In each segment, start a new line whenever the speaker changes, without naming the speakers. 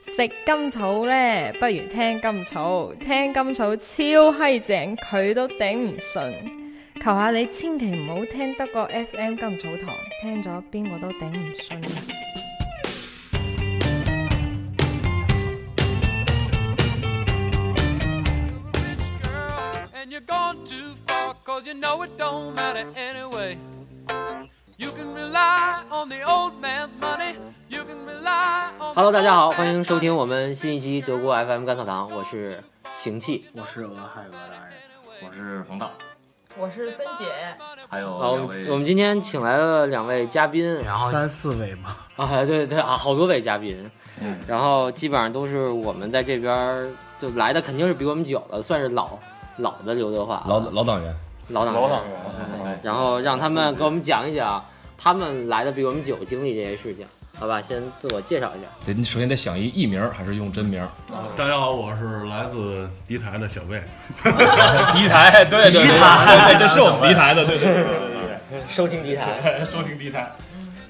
食甘草呢，不如聽甘草，聽甘草超閪正，佢都頂唔順。求下你千祈唔好聽得個 FM 甘草堂，聽咗邊個都頂唔順。
girl, and you're gone too far, cause you know it don't matter anyway. You can rely on the old man's money, you can rely on
Hello，
the
大家
old
好，
man's
欢迎收听
money.
我们新一期德国 FM 甘草堂，我是行气。
我是俄亥俄的爱人，
我是冯导，
我是森姐，
还有
好，我
两
们我们
位
今天请来了两位嘉宾，然后
三四位嘛，
啊，对对啊，好多位嘉宾
嗯，
然后基本上都是我们在这边儿就来的，肯定是比我们久了，算是老老的刘德华了，
老老党员，
老党
老
员
党员，
然后让他们给我们讲一讲他们来的比我们久，经历这些事情，好吧？先自我介绍一下。
得你首先得想一艺名儿还是用真名儿？
大家好，我是来自敌台的小 魏。
第一台，对对对对，这是我们第一台的，对对对对
收听敌台，
对，收听第一台。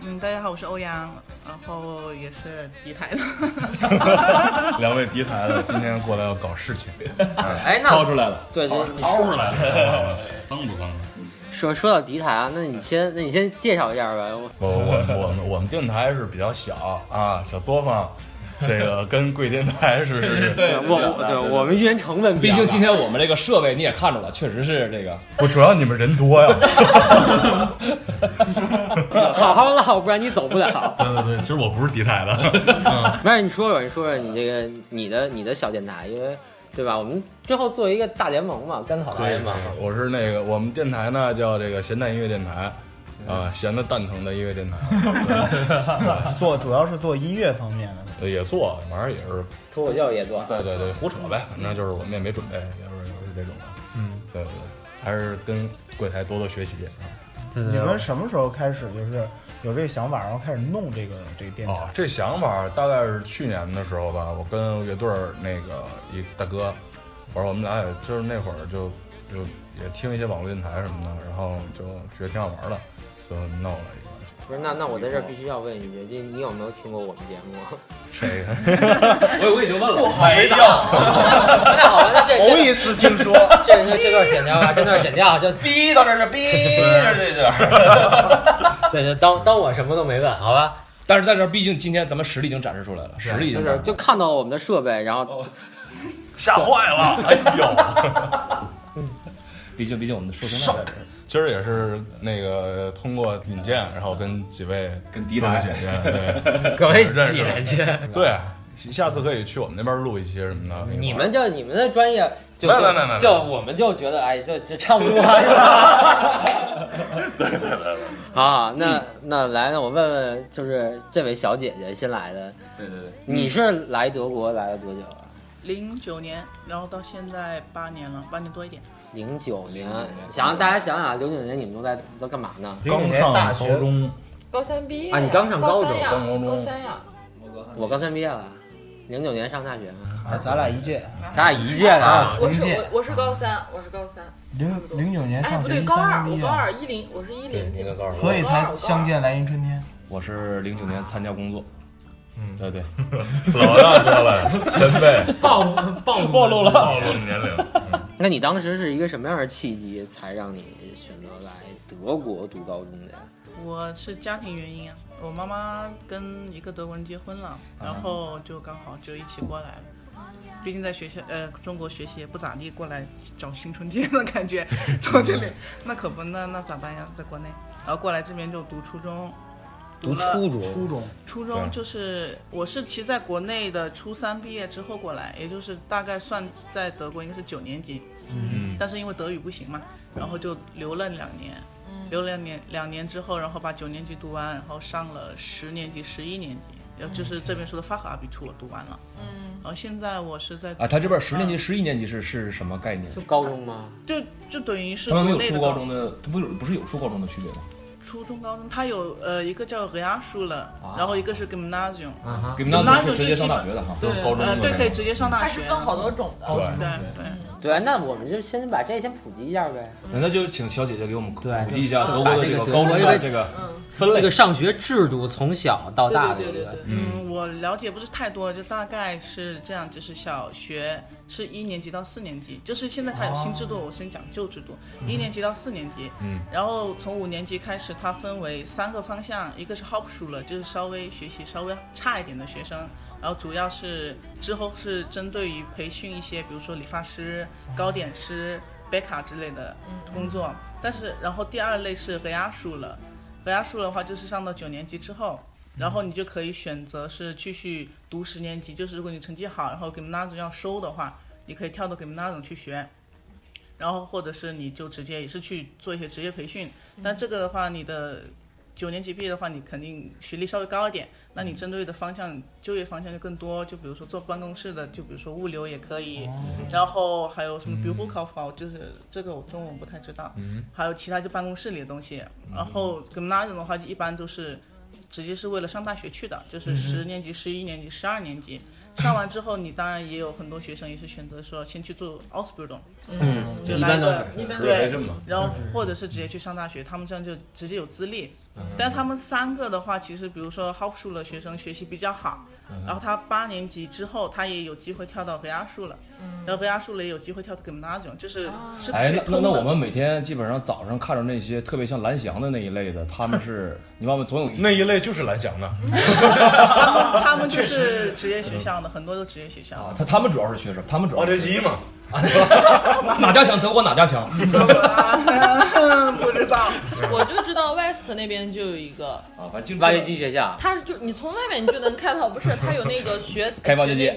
嗯，大家好，我是欧阳，然后也是敌台的，
两位敌台的今天过来要搞事情，
哎，
掏
那
出来了，
对对，
掏出来了，脏不脏？
说说到敌台啊，那你先，那你先介绍一下吧。我
我我我们我们电台是比较小啊，小 作坊，这个跟贵电台是是是，
对我我对我们运营成本比
毕
较
竟
大
今天我们这个设备你也看着了，确实是这个。
我主要你们人多 呀。
好好唠，不然你走不 了。
对对对，其实我不是敌台 的，
没事，你说说，你说说你这个你的你的小电台，因为对吧？我们之后做一个大联盟嘛，甘草大
所以
联盟。
我是那个我们电台呢叫这个咸蛋音乐电台。啊，咸的蛋疼的音乐电 台
做主要是做音乐方面的。
也做，反正也是
脱口秀也做，
对对对，胡扯呗，反正就是我们也没准备，也是也是这种的。嗯，对对对，还是跟柜台多多学习。啊
你们什么时候开始就是有这个想法，然后开始弄这个这个电
哦
台，？
这想法大概是去年的时候吧，我跟乐队儿那个一大哥，我说我们俩也就是那会儿就就也听一些网络电台什么的，然后就觉得挺好玩的，就弄了一个。
不是那那我在这儿必须要问一句，这你有没有听过我们节 目？
谁 呀？
我我已经问了，
没有。那好吧，那这
头
这
一次听说，
这这这段剪掉吧，这段剪掉就逼到这儿， 逼这这这。对对，当当我什么都没问，好吧？
但是在这儿，毕竟今天咱们实力已经展示出来了，实力已
就哦
经
是啊
展示
就看到我们的设备，然后
吓坏了！哎呦，
毕竟毕竟我们的说声在这儿
今儿也是那个通过引荐，然后跟几位
跟敌
哥哥
台
姐姐对。
各位
认识
姐姐，
对，啊下次可以去我们那边录一期什么的。
你们就你们的专业，就
哦没有
就
没有没有
就我们就觉得哎，就就差不多是吧？
对对对对，
啊，那那来，那我问问，就是这位小姐姐新来的，
对对对，
你是来德国来了多久啊？
零九年，然后到现在八年了，八年多一点。
零九年，想让大家想啊想，零九年你们都在都干嘛呢？
零九年大学
中，
高三毕业
啊你刚上高中
三呀
刚高中
高三呀，
我高三毕业了，零九年上大学嘛，
啊，咱俩一届，
咱俩一届的啊。
我是
同届
我我是高三，我是高三，
零零九年
哎
上
不
学，
对，
一
高二
三
我
一
高
啊，
二一零，我是一
对
零，
你的高中，
所以才相见来迎春天。
我是零九年参加工作，嗯，对对，
老大哥了，前辈，
暴暴暴露了。
暴露年龄。
那你当时是一个什么样的契机，才让你选择来德国读高中的呀？
我是家庭原因啊，我妈妈跟一个德国人结婚了，然后就刚好就一起过来了。毕竟在学校，呃，中国学习也不咋地，过来找新春天的感觉， 从这里，那可不，那那咋办呀？在国内，然后过来这边就读初中，
读
了
初中，
初中
初中就是我是其实在国内的初三毕业之后过来，也就是大概算在德国应该是九年级，
嗯，
但是因为德语不行嘛，然后就留了两年，
嗯
留了两年两年之后，然后把九年级读完，然后上了十年级、十一年级，然后就是这边说的法和阿比图我读完了，
嗯，
然后现在我是在
啊，他这边十年级、十一年级是是什么概念？
就高中吗？
就就等于是
他们没
国
有
内
初
的
高中的，他不有不是有初高中的区别吗？
初中、高中，它有呃一个叫 r e a s u 了，
啊
然后一个是 Gymnasium，
啊哈，
给你
Gymnasium
是直接上大学的哈，
对，
高中的
呃
那
对，
种
可以直接上大
它
学，
是分好多种的。
对
对对。
对，啊那我们就先把这先普及一下呗。
那就请小姐姐给我们普
对
及一下
就
德国
把
的
这
这
个
个
德
高
国
中
的
的这个分
这
类
个。上学制度从小到大的
对
一
对对
个，
对对，
嗯，我了解不是太多，就大概是这样，就是小学是一年级到四年级，就是现在它有新制度，我先讲旧制度，一年级到四年级，
嗯，
然后从五年级开始，它分为三个方向，一个是 h o p s c h u l 就是稍微学习稍微差一点的学生，然后主要是之后是针对于培训一些，比如说理发师、糕点师、贝卡之类的工作，但是然后第二类是 h e a s h u l 和压数的话，就是上到九年级之后，然后你就可以选择是继续读十年级，就是如果你成绩好，然后 gymnasium 要收的话，你可以跳到 gymnasium 去学，然后或者是你就直接也是去做一些职业培训。但这个的话，你的九年级毕业的话，你肯定学历稍微高一点，那你针对的方向就业方向就更多，就比如说做办公室的，就比如说物流也可
哦
以，然后还有什么 b u r e a u k a u f 就是这个我中文不太知道，
嗯
还有其他就办公室里的东西。
嗯
然后 gymnasium 的话，就一般都是直接是为了上大学去的，
嗯
就是十年级、十一年级、十二年级。上完之后，你当然也有很多学生也是选择说先去做 Ausbildung，
嗯，
就
一
来
般都
个
是
一般
是培训嘛，
然后或者是直接去上大学，他们这样就直接有资历。
嗯
但他们三个的话，其实比如说 h o p 数的学生学习比较好，
嗯
然后他八年级之后，他也有机会跳到 v 压数了，然后 v 压数了也有机会跳到 Gymnasium，就是是可
嗯哎，
以
那那
通
那
的
我们每天基本上早上看着那些特别像蓝翔的那一类的，他们是，你忘了总有一
那一类就是蓝翔的，
他们他们就是职业学校的，很多都职业学校
啊，他他们主要是学什么？他们主要
奥
是
地利嘛，
哪家强？德国哪家强？
的，不知道。，
我就知道 West 那边就有一个，
啊，反正经
挖掘机学校，
它是就你从外面你就能看到，不是它有那个学
开挖掘机
学那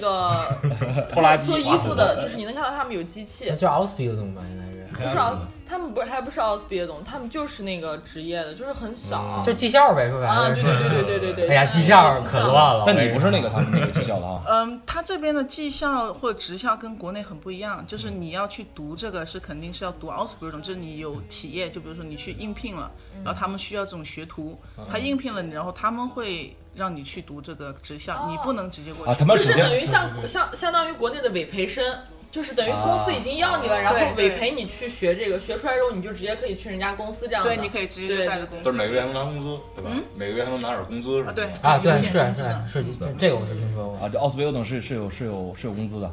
个
拖拉机
做呃衣服的，就是你能看到他们有机器
哎
那，就 o s p i 的嘛，应该是，
不是奥斯，他们不是还不是奥斯别懂，他们就是那个职业的，就是很
嗯
少。
就技校呗，说白
啊，
了
对
就是
对对对对对对。
哎呀，
现
技
在有
校可乱了。
但你不是那个他们那个技校的啊
嗯，他这边的技校或者职校跟国内很不一样，就是你要去读这个是肯定是要读 Ausbildung，就是你有企业，就比如说你去应聘了，然后他们需要这种学徒，
嗯
他应聘了你，然后他们会让你去读这个职校，你不能直接过去。
啊，他
就
们首
是等
先
于像像相当于国内的委培生，就是等于公
啊
司已经要你了，然后委培你去学这个，学出来之后你就直接可以去人家公司这
啊
样的。
对，你可以直接就带着公
就是
司。
每个月还能拿工资，对吧？每个月还能拿点工资，是吧
嗯啊，对
啊，对
有，一
是
点
是
这个
是，这这个我是听说过。
啊，这奥斯培尔等是是有是有是有工资的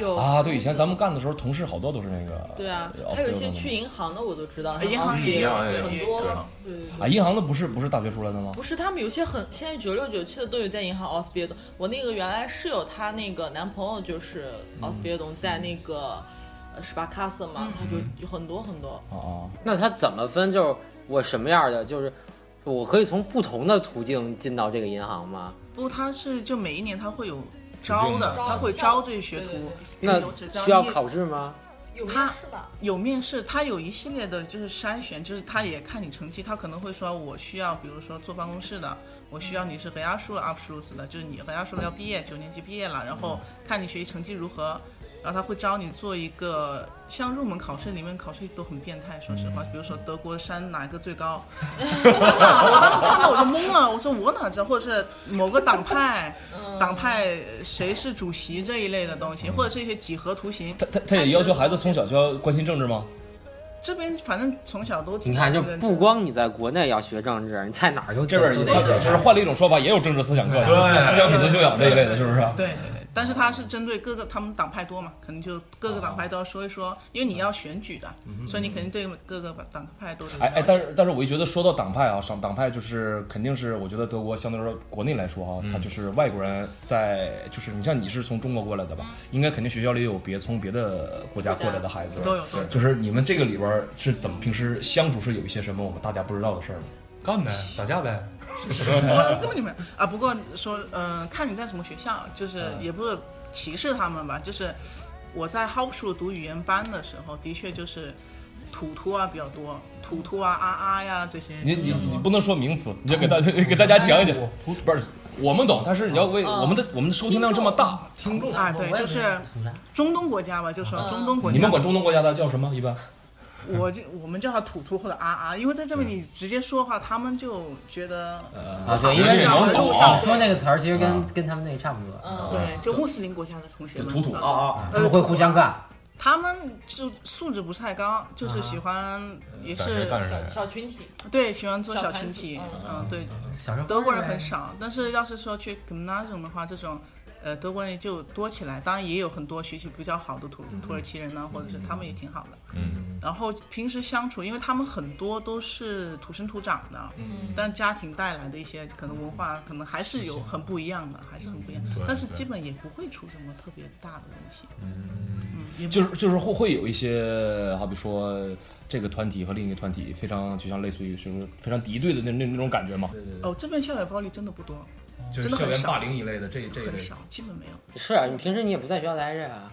有
啊。对，以前咱们干的时候，同事好多都是那个。
对啊
奥，斯
还
培
有
尔
一
等
些
的
去银行的我都知道，像
银行
奥斯
也
别
有
很多
对，
对对
啊，
对。
银行的不是不是大学出来的吗？
不是，他们有些很现在九六九七的都有在银行奥斯别的。我那个原来室友，她那个男朋友就是奥斯别的，在那个呃十八卡斯嘛，他就有很多很多。
啊啊，
那他怎么分？就是我什么样的？就是我可以从不同的途径进到这个银行吗？
不，他是就每一年他会有招的，
招
他会招这些学
对对
徒
对，
那
有只招
需要
一
考试吗？
有
他
面试吧？
有面试，他有一系列的就是筛选，就是他也看你成绩，他可能会说我需要，比如说坐办公室的，我需要你是和压数 up 数的，就是你和压数要毕业，九年级毕业了，然后看你学习成绩如何，然后他会招你做一个像入门考试里面考试都很变态，说实话，比如说德国山哪个最高，真的，我当时看到我就懵了，我说我哪知道，或者是某个党派，党派谁是主席这一类的东西，或者是一些几何图形，
他他他也要求孩子从小就要关心政治吗？
这边反正从小都挺
你看，就
这个
不光你在国内要学政治，你在哪儿都
这边
都
儿
得
他
学
就是换了一种说法，也有政治思想课、思思想品德修养这一类的，是不啊是？
对对对，但是他是针对各个他们党派多嘛，可能就各个党派都要说一说，因为你要选举的，
嗯
所以你肯定对各个党派都是
哎哎，但是但是我就觉得说到党派啊，上党派就是肯定是我觉得德国相对来说国内来说啊，
嗯
他就是外国人在就是你像你是从中国过来的吧，应该肯定学校里有别从别的国家过来的孩子，
都有都有
就是你们这个里边儿是怎么平时相处是有一些什么我们大家不知道的事儿吗？
干呗，打架呗，
我 根本就没有啊。不过说，嗯、看你在什么学校，就是
嗯
也不是歧视他们吧，就是我在 h o p s h 读语言班的时候，的确就是土突啊比较多，土突啊啊啊呀这些。
你你你不能说名词，你就给大家给大家讲一讲，不是我们懂，但是你要为我们的我们的收听量这么大，嗯听众
啊，对，就是中东国家吧，就说中东国家，
你们管中东国家的叫什么？一般
我就我们叫他土土或者啊啊，因为在这边你直接说的话，他们就觉得
啊，对，因为
你
你
能懂
说那个词儿，其实跟跟他们那个差不多。
嗯
对，就穆斯林国家的同学们
土土
嗯
啊，他们会互相干。
他们就素质不是太高，就是喜欢也
逮谁
是
干
小
谁，
小群体，
对喜欢做小群
小
体
团体，
嗯，对，
小时候
德国人很少，但是要是说去 gymnasium 的话，这种呃德国人就多起来。当然也有很多学习比较好的土土耳其人呢、或者是他们也挺好的。
嗯，
然后平时相处，因为他们很多都是土生土长的，嗯，但家庭带来的一些可能文化，可能还是有很不一样的，还是很不一样
对。
但是
嗯对
基本也不会出什么特别大的问题。嗯，也不
就是就是会会有一些，好比说这个团体和另一个团体非常就像类似于就是非常敌对的那那那种感觉嘛，
哦，这边校园暴力真的不多，
就
真的很少
凌一类的这这一类
很
的
少，基本没有。
是啊，你平时你也不在学校待着啊。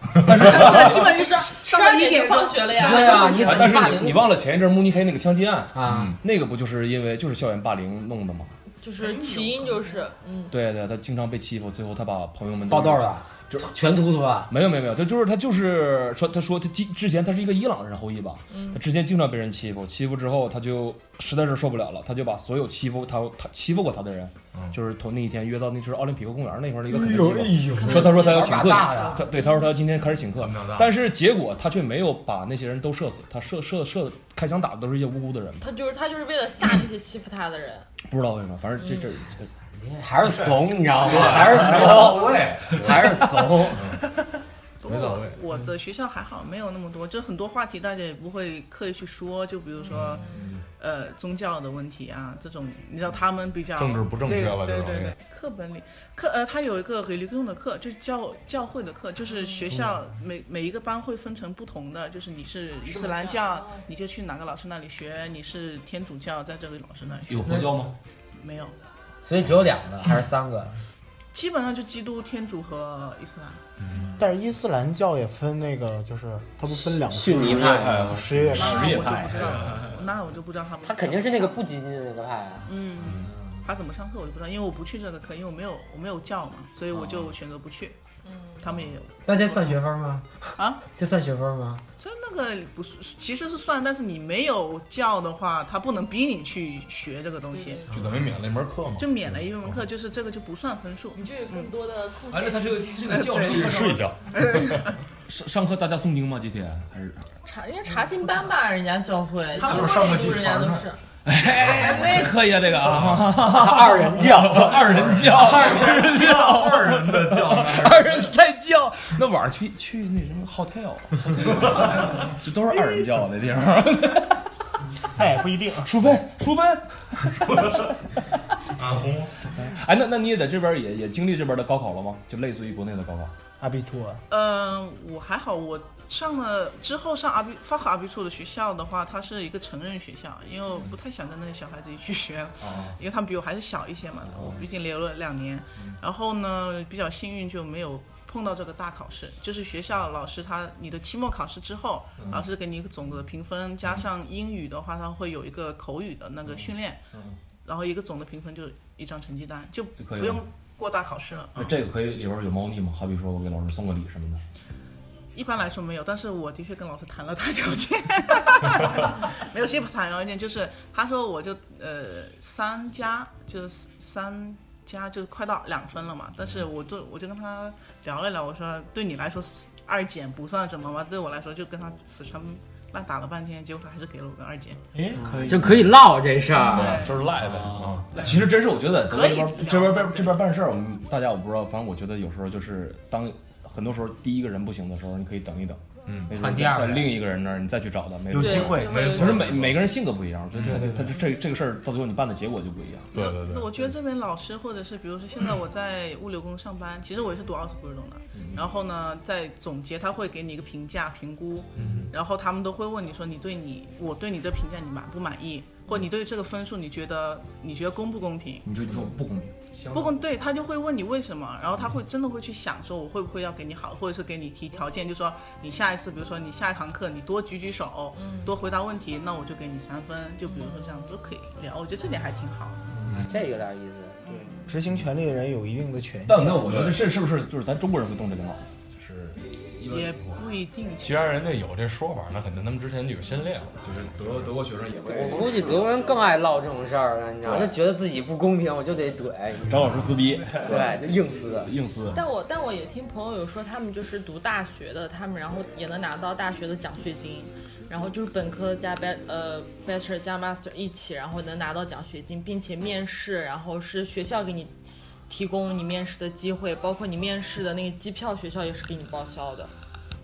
基本就是上
12
了一
点
点钟
就放学了
对
呀。
啊，你
啊
怎
但
么
是
霸
你
凌
你忘了前一阵慕尼黑那个枪击案，嗯
啊？
那个不就是因为就是校园霸凌弄的吗？
就是起因就是，嗯，
对对，他经常被欺负，最后他把朋友们都
爆豆了，
就
全突突啊！
没有没有没有，他就是他就是说，他说他之之前他是一个伊朗人后裔吧，他之前经常被人欺负，欺负之后他就实在是受不了了，他就把所有欺负他他欺负过他的人，
嗯
就是从那一天约到那就是奥林匹克公园那块儿的一个肯
哎
德
呦
基
哎
吧
呦，
说他说他要请客，
玩大的
他对他说他今天开始请客
玩大的，
但是结果他却没有把那些人都射死，他射射射开枪打的都是一些无辜的人，
他就是他就是为了吓那些欺负他的人，
不知道为什么，反正这这
还是怂，你知道吗？还是怂，
位，
还是怂。
不
没到
过
位嗯
我的学校还好，没有那么多，就很多话题大家也不会刻意去说，就比如说，
嗯
呃，宗教的问题啊，这种你知道他们比较
政治不正确了
对
就容
对
易
对对，课本里课呃，他有一个 religion 的课，就是教教会的课，就是学校
嗯
每每一个班会分成不同的，就是你是伊斯兰教，你就去哪个老师那里学；你是天主教，在这个老师那里学
有佛教吗？
没有，
所以只有两个还是三个？
基本上就基督、天主和伊斯兰。
但是伊斯兰教也分那个，就是它不分两个
逊尼派，
哎
什叶派，
那
什叶
我就
派
不知道了，那我就不知道他们。
他肯定是那个不激进的那个派啊。
嗯，他怎么上课我就不知道，因为我不去这个课，因为我没有我没有教嘛，所以我就选择不去。嗯，他们也有，
那这算学分吗？
啊，
这算学分吗？
就那个不是，其实是算，但是你没有教的话，他不能逼你去学这个东西，
就等于免了一门课嘛，
就免了一门课，就是这个就不算分数。
你就有更多的空
反正
闲
他这个
时
这
间。
个教
嗯去睡觉，
上上课大家诵经吗？今天还是
查人家查禁班吧，人家教会，
他们
嗯们
上个集
住人家
团
都
呢
是。
哎，那可以啊，这个啊。
二人教，
二人教，二人教，二人的教，二人在教。那晚上去去那什么 hotel，这啊 都是二人教的地方。
哎，不一定。
淑芬，淑芬，啊，哎，那那你也在这边也也经历这边的高考了吗？就类似于国内的高考。
阿比托，
嗯，我还好，我上了之后上阿比发好阿比处的学校的话，它是一个成人学校，因为我不太想跟那些小孩子一起去学，
啊
因为他们比我还是小一些嘛，我毕竟留了两年。然后呢，比较幸运就没有碰到这个大考试，就是学校老师他你的期末考试之后，老师给你一个总的评分，加上英语的话，他会有一个口语的那个训练，然后一个总的评分就一张成绩单，就
就可以了
不用过大考试了。
那这个可以里边有猫腻吗？好比说我给老师送个礼什么的。
一般来说没有，但是我的确跟老师谈了谈条件，没有先不谈条件，就是他说我就呃三加就是三加就快到两分了嘛，但是我就我就跟他聊了聊，我说对你来说死二减不算什么嘛，对我来说就跟他死缠烂打了半天，结果他还是给了我个二减，
哎，可以，
就可以唠这事儿。
哎
就是赖呗，啊，
其实真是，我觉得
可以
这边这边办这边办事儿，我们大家我不知道，反正我觉得有时候就是当很多时候第一个人不行的时候，你可以等一等，
嗯
没准
换
你
第二
在
个
另一个人那儿你再去找他，没
有
准
对
机会
就会有
不是
一种
每每个人性格不一样，就
对对
他他这这个事儿到最后你办的结果就不一样。
对对对，
我觉得这边老师或者是比如说现在我在物流公司上班，其实我也是读奥斯博士的，然后呢，在总结他会给你一个评价评估，然后他们都会问你说你对你我对你这评价你满不满意，或者你对这个分数你觉得你觉得公不公平？
你就你说不公平，
不公对他就会问你为什么，然后他会真的会去想说我会不会要给你好，或者是给你提条件，就说你下一次比如说你下一堂课你多举举手，多回答问题，那我就给你三分，就比如说这样都可以聊，我觉得这点还挺好。
这有点意思。
执行权利的人有一定的权益。
但那我觉得这是不是就是咱中国人会动这个脑？就是一般
也不一定。
既然人家有这说法，那肯定他们之前就有先例了。
就是德国德国学生也
嗯
我
会。
估计德国人更爱唠这种事儿了，你知道吗？就觉得自己不公平，我就得怼，你知
找
道吗
老师撕逼，
对，就硬撕。
硬撕。
但我但我也听朋友有说，他们就是读大学的，他们然后也能拿到大学的奖学金，然后就是本科加 b 呃 bachelor 加 master 一起，然后能拿到奖学金，并且面试，然后是学校给你提供你面试的机会，包括你面试的那个机票，学校也是给你报销的。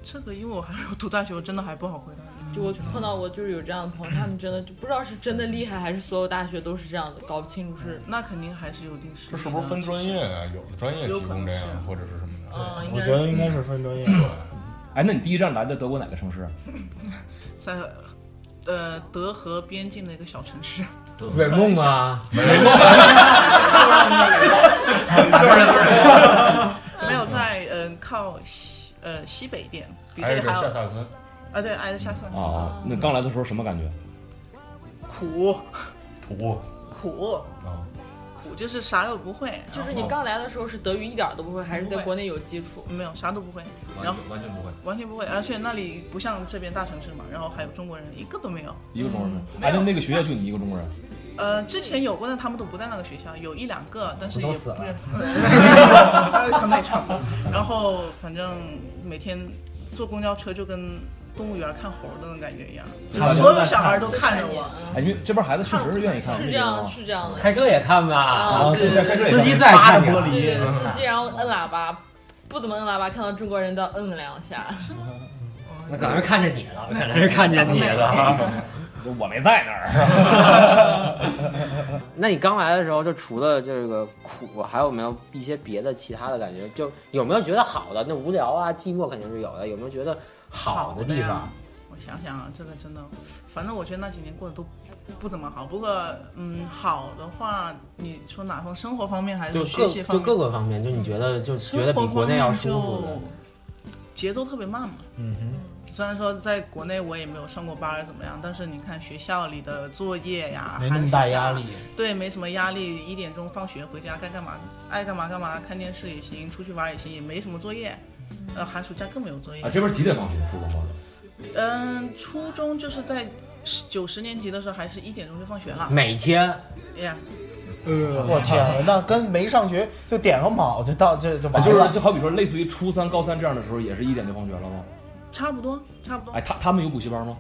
这个，因为我还没有读大学，我真的还不好回答。嗯
就我碰到过就是有这样的朋友，他们真的就不知道是真的厉害，还是所有大学都是这样的，搞不清楚是。
那肯定还是有定时。
这是不是分专业啊？有的专业提供这
有可能
样
是，
或者是什么的。
嗯，应
我
该
觉得应该是分专业。
哎，那你第一站来的德国哪个城市？
在呃德和边境的一个小城 市，
伪梦啊，
没有在嗯、呃靠西呃西北一点，比
还
这
是
里
这
还
下哦
要
萨克森，
啊对挨着下山
啊，那刚来的时候什么感觉？
苦
土
苦
啊，
苦就是啥都不会，
就是你刚来的时候是德语一点儿都不会，还是在国内有基础？
没有啥都不会，然后
完全不会，
完全不会，而且那里不像这边大城市嘛，然后还有中国人一个都没嗯
一
有。
个中国人。哎，那那个学校就你一个中国人，
呃，之前有过，但他们都不在那个学校，有一两个，但是也
不都
不
死了
是， 可能也差不多。然后反正每天坐公交车就跟动物园看猴的那种感觉一样，就是所有小孩都看着我。
嗯
哎，因为这边孩子确实是愿意看。啊
是这样，是这样的。
开车也看吧
啊，对对对
司机在看你。啊
对，司机然后摁喇叭，不怎么摁喇叭，看到中国人都要摁两下。
那可能是看着你了，可能是看见你了。
我没在那 儿。
那你刚来的时候，就除了这个苦，还有没有一些别的其他的感觉？就有没有觉得好的？那无聊啊、寂寞肯定是有的，有没有觉得好的地
好的呀
方？
我想想啊，这个真的，反正我觉得那几年过得都不怎么好。不过，嗯，好的话，你说哪方生活方面还
就是
学
各
习
就
方面？
各个方面，就你觉得就
生
觉得比
活
国
方
内要
面
舒服的
就，节奏特别慢嘛。
嗯
虽然说在国内我也没有上过班儿怎么样，但是你看学校里的作业呀，
哼，没那么
寒
大
暑假
压力，。
对，没什么压力，一点钟放学回家该干嘛爱干嘛干嘛，看电视也行，出去玩儿也行，也没什么作业。呃，寒暑假更没有作业
啊，。这边几点放学？初中啊放学？
嗯，初中就是在十九十年级的时候，还是一点钟就放学了。
嗯
每天
呀，
呃，我天呐，那跟没上学就点个卯就到就就
啊
完
就
了
是。就好比说，类似于初三、高三这样的时候，也是一点就放学了吗？
差不多，差不多
哎，，他他们有补习班吗？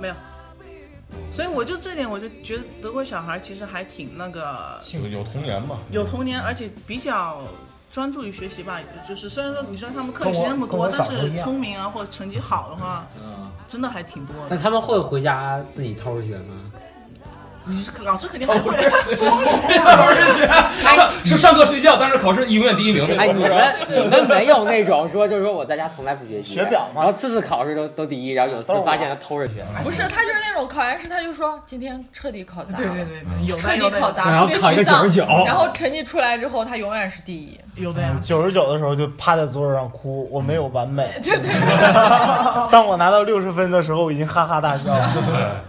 没有。所以我就这点，我就觉得德国小孩儿其实还挺那个
有有童年嘛？
有童年，而且比较专注于学习吧。就是虽然说你说他们课
跟
余
我
时间那么
跟我
多，但
小时候一
是
样
聪明啊或者成绩好的话，真的还挺多
那
的。
他们会回家自己偷着学吗？
你是老师肯
哦
定还会，
上是上课睡觉，但是考试永远第一名。
哎，你们你们没有那种说，就是说我在家从来不学习，
学表吗
然后次次考试都都第一，然后有一次发现他偷着学，
不是，他就是那种考完试他就说今天彻底考砸
对对
了，
对对，有
彻
的
底
有
考
的
砸，
然
特
后
别
考一个
沮丧
啊
99
哦
然后成绩出来之后他永远是第一。
有的呀。
九十九的时候就趴在桌子上哭，我没有完 美。当我拿到六十分的时候，我已经哈哈大笑了。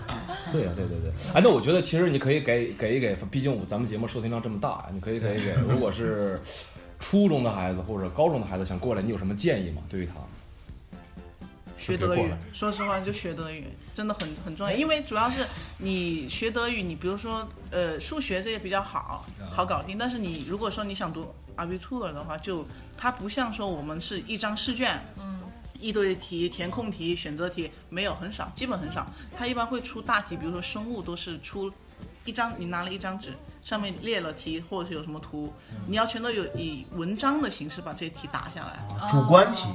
对呀、对对对。哎，那我觉得其实你可以给给一给，毕竟我咱们节目收听量这么大，你可以给一给。如果是初中的孩子或者高中的孩子想过来，你有什么建议吗？对于他，
学德语，说实话就学德语，真的很很重要，因为主要是你学德语，你比如说呃数学这些比较好好搞定，但是你如果说你想读 Abitur 的话，就它不像说我们是一张试卷，嗯，一堆题、填空题、选择题，没有很少，基本很少，它一般会出大题，比如说生物都是出一张，你拿了一张纸，上面列了题或者是有什么图，你要全都有以文章的形式把这些题答下来。
主观题，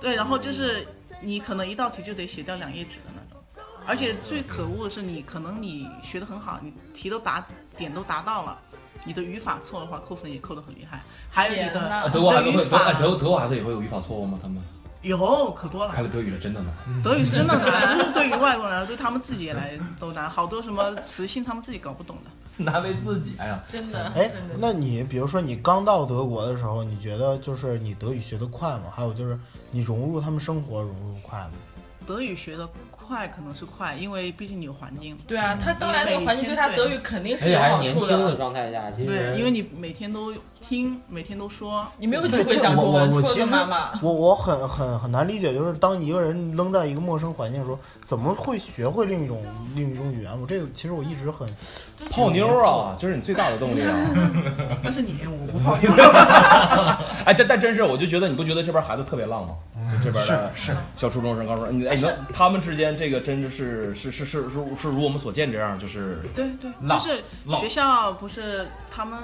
对，然后就是你可能一道题就得写掉两页纸的那种，而且最可恶的是你可能你学的很好，你题都答点都答到了，你的语法错的话扣分也扣得很厉害，还有呃你
天
的
哪
啊、德国孩子
语
会德
法
哎德德国孩子也会有语法错误吗？他们
有可多了
开，了德语了，真的吗？
德语是真的难，不是对于外国人来说，对他们自己也来都难，好多什么词性他们自己搞不懂的。
难为自己，哎呀，
真的，
哎，那你比如说你刚到德国的时候，你觉得就是你德语学得快吗？还有就是你融入他们生活融入得快吗？
德语学的快可能是快，因为因为毕竟你有环境。
对啊，他刚来那个环境对他德语肯定
而
是
且
有
还是
好
年
处
轻的
啊
的。
状态下，其实
对，因为你每天都听，每天都 说，
你没有
对，这我我我其实
妈妈
我我很很很难理解，就是当一个人扔在一个陌生环境的时候，怎么会学会另一种另一种语言？我这个其实我一直很
泡妞啊，这是你最大的动力啊！
那是你，我不泡妞。
哎，但但真是，我就觉得你不觉得这边孩子特别浪吗？就这边的
是是
小初中生、高中生，你哎，你能他们之间这个真的是是是是是是如我们所见这样，就是
对对，
浪
就是
浪
学校不是他们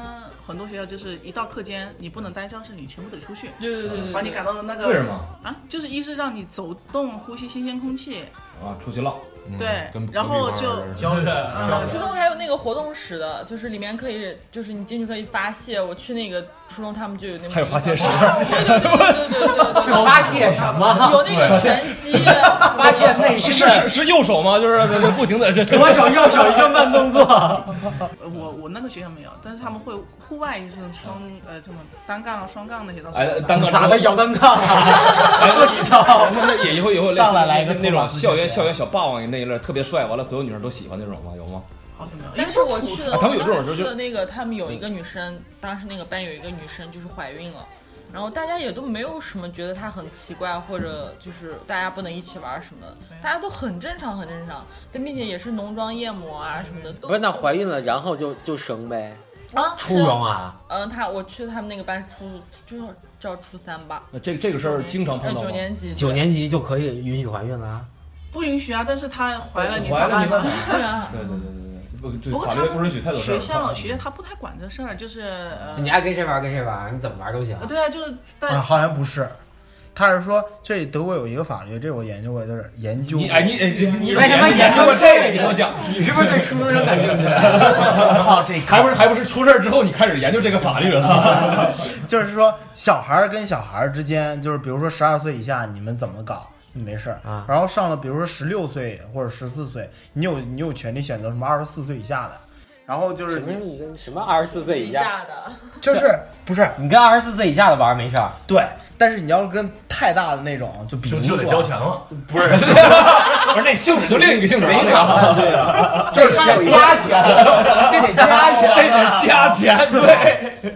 很多学校就是一到课间你不能待教室，你全部得出去。
对对对对对
把你赶到那个
为什么
啊？就是一是让你走动，呼吸新鲜空气，
啊，出去浪。
嗯
对跟然后隔壁班就人
教人
呃
啊初中还有那个活动室的，就是里面可以，就是你进去可以发泄。我去那个初中，他们就有那种
还有发泄室
对对对对对对对，
是发泄什么
有那个拳击，
发泄内心是是是右手吗？就是 不停的这左手右手一个慢动作。
呃我我那个学校没有，但是他们会户外就是双呃什么单杠、双杠那些东西。
哎，单杠
咋的摇单杠
啊？
做体操
那那也以后以后类似
上来来一个
那那
托马
种
斯
校园校园小霸王那一类，特别帅，完了所有女生都喜欢那种吗？有吗？
哦
但是我去的，
啊他们有这种
我当时
就
去的那个，他们有一个女生，当时那个班有一个女生就是怀孕了，然后大家也都没有什么觉得她很奇怪，或者就是大家不能一起玩什么的，大家都很正常，很正常，但并且也是浓妆艳抹啊什么的 都
不是那怀孕了，然后就就生呗，
啊
初中啊，
嗯，他我去他们那个班是初，就是叫初三吧，
那这这个事儿经常碰到吗
呃九年级
九年级就可以允许怀孕了啊？
不允许啊，但是他怀了你
怀了
办
你干
呢
嘛？
对啊。
对对对对对，
不
不，
过
法
他
律不允许太多事儿
学
了。
校学校他不太管这事儿，就是呃，
哎
就你爱跟谁玩跟谁玩，你怎么玩都行。
对啊，就是但
啊，好像不是。他是说，这德国有一个法律，这我研究过，就是研究。
你哎 你哎你你
为什么
研究过这个？你跟我讲，
你是不是对初中生感兴趣
好这 还不是还不是出事儿之后你开始研究这个法律了？
就是说，小孩儿跟小孩儿之间，就是比如说十二岁以下，你们怎么搞，你没事儿。
啊
然后上了，比如说十六岁或者十四岁，你有你有权利选择什么二十四岁以下的。然后就是
什么什么二十四岁以下，
的，
就是不是
你跟二十四岁以下的玩没事儿。
对，但是你要是跟太大的那种，就比如
就就得
说
交钱了，
不是
不是那性质就另一个性质了
违法了，对啊，
这是要 加钱 这得加钱 这得加钱对，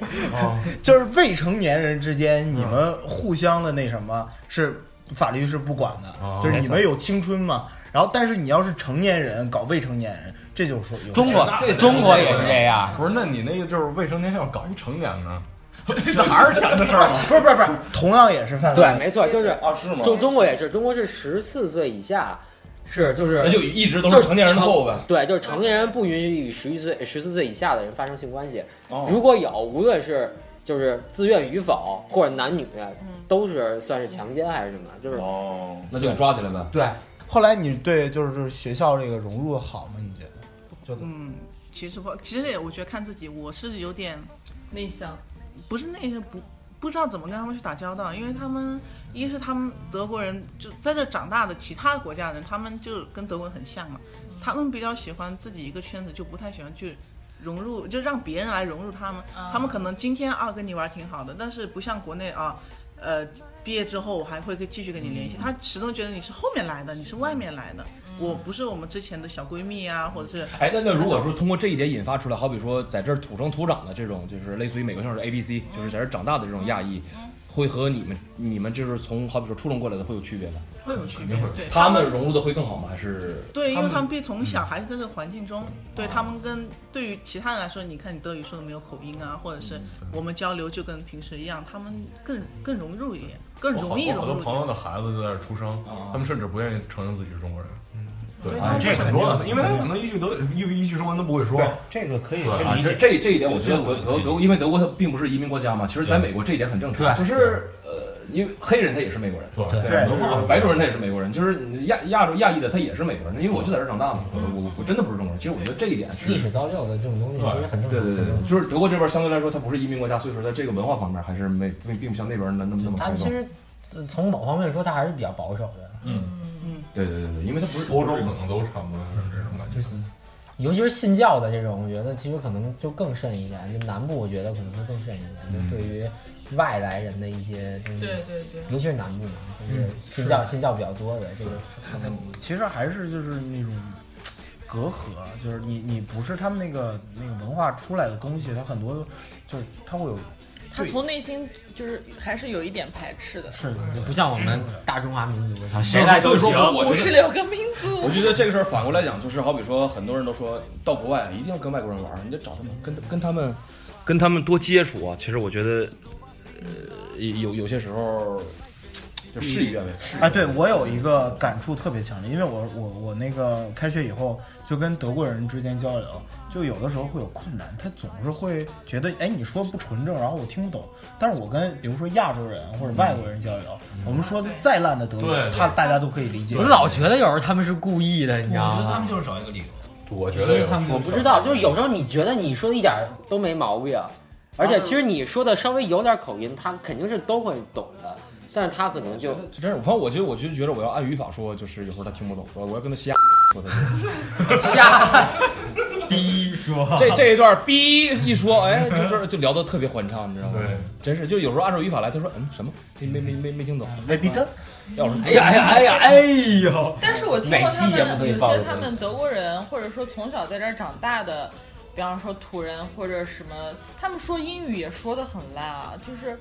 就是未成年人之间你们互相的那什么是法律是不管
哦
的，就是你们有青春嘛，然后但是你要是成年人搞未成年人，这就是有
不是，那你那个就是未成年要搞一成年 呢，这还是钱的事儿啊吗？
不是不是不是，同样也是犯
对，没错，就是
啊，是吗？
中中国也是，中国是十四岁以下，是就是
那就一直都是成年人的错误呗
就是成对，就是成年人不允许与十一岁、十四岁以下的人发生性关系。
哦
如果有，无论是就是自愿与否，或者男女，都是算是强奸还是什么，就是
哦，那就给抓起来呗。
对，
后来你对就是就是学校这个融入好吗？你觉得？
嗯，其实不，其实也我觉得看自己，我是有点
内向，
不是内向，不不知道怎么跟他们去打交道，因为他们一是他们德国人就在这长大的其他国家人，他们就跟德国人很像嘛，他们比较喜欢自己一个圈子，就不太喜欢去。融入就让别人来融入他们，
啊
他们可能今天啊跟你玩挺好的，但是不像国内啊，呃，毕业之后我还会继续跟你联系。他始终觉得你是后面来的，你是外面来的，
嗯
我不是我们之前的小闺蜜啊，或者是
哎，那那如果
种
说通过这一点引发出来，好比说在这儿土生土长的这种，就是类似于美国像是 A B C，就是在这儿长大的这种亚裔，会和你们你们就是从好比说初中过来的会有区别吗？
会有区
别，
对
他们融入的会更好吗？还是
对，因为他们必
嗯
从小还是在这个环境中，
哦
对他们跟对于其他人来说，你看你德语说的没有口音啊，或者是
嗯
我们交流就跟平时一样，他们更更融入一点，更
我好
容易嗯
我好
融
多
入一
朋
点。
友的孩子就在这儿出生，他们甚至不愿意承认自己是中国人。对
对，
啊这
啊
这
很多
肯
的，
定
因为他可能一句德一一句中文都不会说
对。
这个可以
啊，其实这这一点，我觉得德德德国，因为德国它并不是移民国家嘛，其实在美国这一点很正常，
对
就是呃，因为黑人他也是美国人，
对对
就是
对
白种人他也是美国人，就是亚亚洲亚裔的他也是美国人，因为我就在这儿长大嘛，我我我真的不是中国人，其实我觉得这一点是
嗯
历史造就的这种东西其实很正常。
对对对，对就是德国这边相对来说，它不是移民国家，所以说在这个文化方面还是没并并不像那边那那么那么
他
开
其
放。
实从某方面说，他还是比较保守的。
嗯
嗯，
对对对对，因为它不是
欧洲可能都差不多是这种感觉。
尤其是信教的这种，我觉得其实可能就更甚一点。就南部，我觉得可能会更甚一点，
嗯
就对于外来人的一些东西，
对对对
尤其是南部嘛，就是
嗯
信教
是
信教比较多的这个可能。
其实还是就是那种隔阂，就是你你不是他们那个那个文化出来的东西，它很多就是它会有
他从内心就是还是有一点排斥的。
是的
就不像我们大中华民族，
谁来都行
说不
我
五
觉
十
得
六个民族，
我觉得这个事儿反过来讲，就是好比说，很多人都说到国外一定要跟外国人玩儿，你就找他们，跟跟他们，跟他们多接触啊。其实我觉得，呃，有有些时候就事与愿违。
哎，对我有一个感触特别强烈，因为我我我那个开学以后就跟德国人之间交流，就有的时候会有困难，他总是会觉得，哎，你说不纯正，然后我听不懂。但是我跟比如说亚洲人或者外国人交流，我们说的再烂的德
对
语，
对
他大家都可以理解。
我老觉得有时候他们是故意的，你知道吗？
我觉得他们
就是
找一个理由。
我
觉得有时候
我不知道，就是有时候你觉得你说的一点儿都没毛病，而且其实你说的稍微有点口音，他肯定是都会懂的，但是他可能就
就真是，反正我觉得，我就觉得我要按语法说，就是有时候他听不懂，我我要跟他瞎说他就
瞎逼说
这这一段逼一说，哎，就是就聊得特别欢畅，你知道吗？真是，就有时候按照语法来，他说嗯什么没没没没没听懂，
没逼的。
要是
哎呀哎呀哎呀哎呦！
但是我听
哪
过
期
他
节目都
们
得
有
暴露
些他们德国人，或者说从小在这儿长大的，比方说土人或者什么，他们说英语也说的很烂啊，就是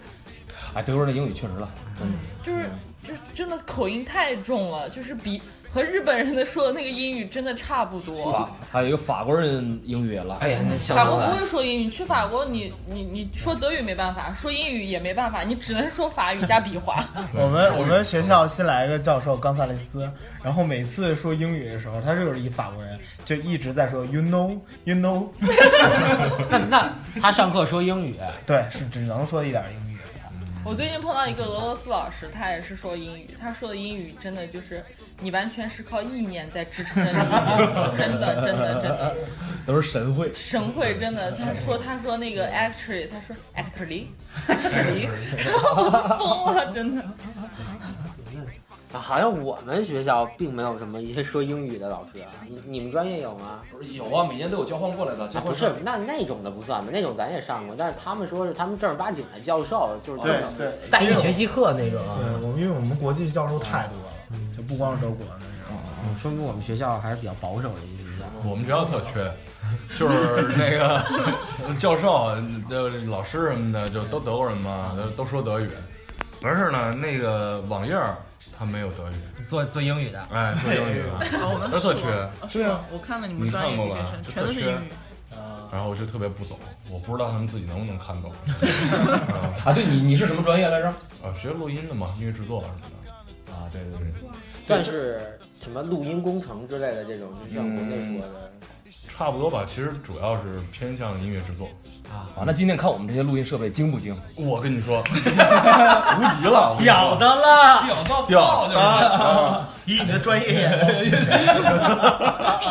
哎，德国人的英语确实烂，嗯，
就是就是真的口音太重了，就是比和日本人的说的那个英语真的差不多
法。还有一个法国人英语也烂，
哎呀那
法国不会说英语，去法国你你你说德语没办法，说英语也没办法，你只能说法语加比划。
我们我们学校新来一个教授冈萨雷斯，然后每次说英语的时候，他就是一法国人，就一直在说 you know you know，
那那他上课说英 语，
对，是只能说一点英语。
我最近碰到一个俄罗斯老师，他也是说英语，他说的英语真的就是你完全是靠意念在支撑着你的，真的真的真的
都是神会，
神会真的。他说他说那个 actually，他说 actually，我 疯了，真的。
啊好像我们学校并没有什么一些说英语的老师啊，你你们专业有吗？
不是有啊，每年都有交换过来的，交
啊、
换
不
生
是，那那种的不算吧，那种咱也上过，但是他们说是他们正儿八经的教授，就是
对
真的
对，
带一学期课那种啊。
对，我们因为我们国际教授太多了，就不光是德国的那种。
嗯说明我们学校还是比较保守的一个学校。
我们学校特缺，就是那个 教授、呃老师什么的，就都德国人嘛，都都说德语。完事儿呢，那个网页儿他没有德语，
做做英语的，
哎，做英语
哦
的，那特缺。
对啊，我看了你们
你
专
看
业
过
毕业
吧
生？
就
全
特
都是
缺
英语。。
然后我就特别不懂，我不知道他们自己能不能看懂。
啊，对你你是什么专业来着？
啊，学录音的嘛，音乐制作什么的。嗯
啊，对对
对，
算是什么录音工程之类的这种，就像国内说的。
差不多吧。其实主要是偏向音乐制作
啊
啊，那今天看我们这些录音设备精不精？
我跟你说，无敌了，
屌的了，
屌到
屌
爆
的
就是，
啊！
以你的专业，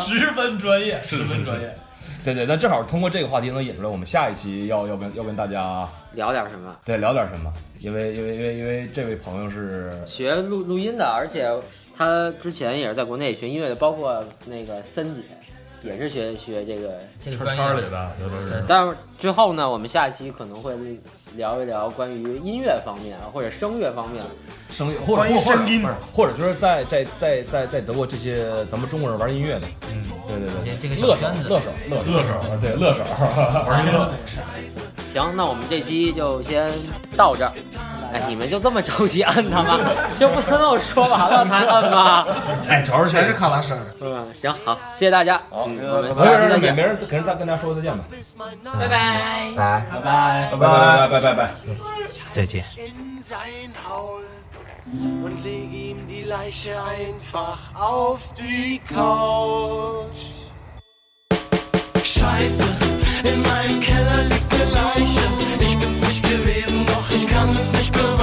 十分专业，
是
十分专业。
对对，那正好通过这个话题能引出来，我们下一期要要跟要跟大家
聊点什么？
对，聊点什么？因为因为因为因为这位朋友是
学录录音的，而且他之前也是在国内学音乐的，包括那个森姐，也是学学这个
圈圈里的，这都是。
但是之后呢，我们下一期可能会聊一聊关于音乐方面啊或者声乐方面。
声乐，或者
关于
或者
声音
不是或者就是在在在在在德国这些咱们中国人玩音乐的，嗯，对对对，
这个小
乐手
圈子
乐手乐
乐手
啊对乐手 玩音乐。
行，那我们这期就先到这儿。哎，你们就这么着急摁它吗？就不能让我说完了才摁吗？
哎，主要是全是卡拉声。
嗯，行，好，谢谢大家。好，嗯，我们
没人
下期再
没人
见
没。人跟人跟大家说再见吧，
拜拜
拜拜
拜拜拜拜拜拜，
再见。
in sein Haus und leg ihm die Leiche einfach auf die Couch. Scheiße, in meinem Keller liegt eine Leiche. Ich bin's nicht gewesen, doch ich kann es nicht beweisen.